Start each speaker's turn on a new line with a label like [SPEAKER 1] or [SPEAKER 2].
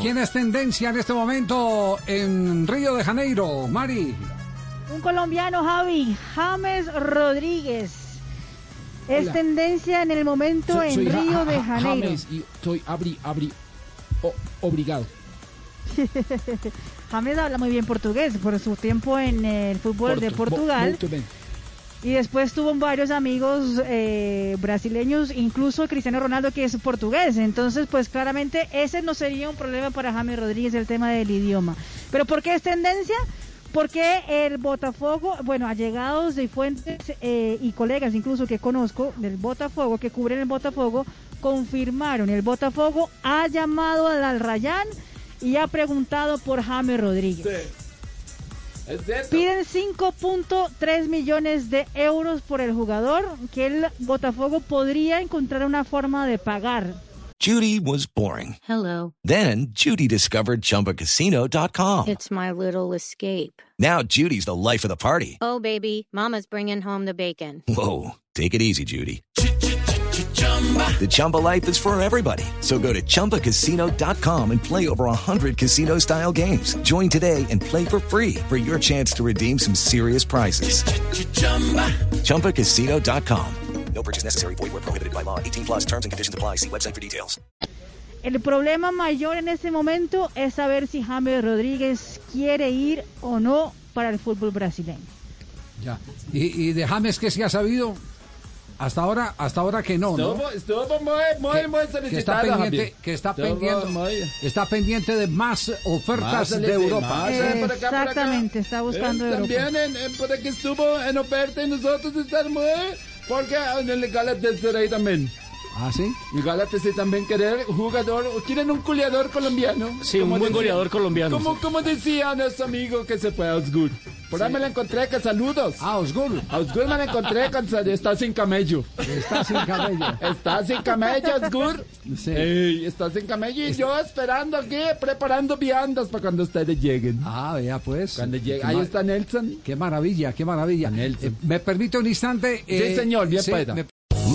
[SPEAKER 1] ¿Quién es tendencia en este momento en Río de Janeiro, Mari?
[SPEAKER 2] Un colombiano, Javi, James Rodríguez. Es
[SPEAKER 1] Hola.
[SPEAKER 2] tendencia en el momento en
[SPEAKER 3] Ja-
[SPEAKER 2] Río de
[SPEAKER 3] Ja- Ja-
[SPEAKER 2] Janeiro.
[SPEAKER 3] James y soy abri, abri, o- obligado.
[SPEAKER 2] James habla muy bien portugués por su tiempo en el fútbol de
[SPEAKER 3] Portu-
[SPEAKER 2] Portugal.
[SPEAKER 3] Mo- muy bien.
[SPEAKER 2] Y después tuvo varios amigos eh, brasileños, incluso Cristiano Ronaldo, que es portugués. Entonces, pues claramente ese no sería un problema para James Rodríguez el tema del idioma. Pero ¿por qué es tendencia? Porque el Botafogo, bueno, allegados de fuentes eh, y colegas incluso que conozco del Botafogo, que cubren el Botafogo, confirmaron, el Botafogo ha llamado al Alrayán y ha preguntado por James Rodríguez. Piden 5.3 millones de euros por el jugador que el Botafogo podría encontrar una forma de pagar.
[SPEAKER 4] Judy was boring.
[SPEAKER 5] Hello,
[SPEAKER 4] Then Judy discovered ChumbaCasino.com.
[SPEAKER 5] it's my little escape.
[SPEAKER 4] Now Judy's the life of the party.
[SPEAKER 5] Oh, baby, Mama's bringing home the bacon.
[SPEAKER 4] Whoa, take it easy, Judy. The Chumba life is for everybody. So go to ChumbaCasino.com and play over 100 casino style games. Join today and play for free for your chance to redeem some serious prizes. ChumbaCasino.com. No purchase necessary. Void where prohibited by law. 18 plus terms and conditions apply. See website for details.
[SPEAKER 2] El problema mayor en este momento es saber si James Rodríguez quiere ir o no para el fútbol brasileño.
[SPEAKER 1] Ya. Y, y de James, ¿qué se ha sabido? Hasta ahora, hasta ahora que no, ¿no?
[SPEAKER 6] Estuvo, estuvo muy, muy, muy solicitado.
[SPEAKER 1] Que está pendiente,
[SPEAKER 6] Javier.
[SPEAKER 1] que está
[SPEAKER 6] Estuvo muy- eh,
[SPEAKER 1] pendiente, está pendiente de más ofertas
[SPEAKER 6] Más
[SPEAKER 1] de
[SPEAKER 6] solicitado,
[SPEAKER 1] Europa.
[SPEAKER 6] más, eh, por acá, por acá.
[SPEAKER 2] Exactamente, está buscando
[SPEAKER 6] Él
[SPEAKER 2] Europa.
[SPEAKER 6] También en, en- por aquí estuvo en oferta y nosotros estamos muy... Porque ah, en el Galatasaray también.
[SPEAKER 1] ¿Ah, sí?
[SPEAKER 6] El Galatasaray también quiere jugador, o quieren un goleador colombiano.
[SPEAKER 7] Sí,
[SPEAKER 6] como
[SPEAKER 7] un buen
[SPEAKER 6] decía-
[SPEAKER 7] goleador colombiano,
[SPEAKER 6] Como,
[SPEAKER 7] sí.
[SPEAKER 6] como decía nuestro amigo que se fue a Osgur. Por ahí me la encontré, que saludos.
[SPEAKER 1] Ah, Osgur,
[SPEAKER 6] A Osgur me la encontré, que sal- está sin camello.
[SPEAKER 1] está sin cabello.
[SPEAKER 6] Está sin camello, Osgur.
[SPEAKER 1] Sí.
[SPEAKER 6] Ey, está sin camello y yo esperando aquí, preparando viandas para cuando ustedes lleguen.
[SPEAKER 1] Ah, ya pues.
[SPEAKER 6] Cuando llegue,
[SPEAKER 1] Qué
[SPEAKER 6] ahí
[SPEAKER 1] ma-
[SPEAKER 6] está Nelson.
[SPEAKER 1] Qué maravilla, qué maravilla.
[SPEAKER 6] Nelson.
[SPEAKER 1] Eh, ¿Me permite un instante? Eh,
[SPEAKER 6] señor, bien
[SPEAKER 1] sí,
[SPEAKER 6] pueda.
[SPEAKER 1] me-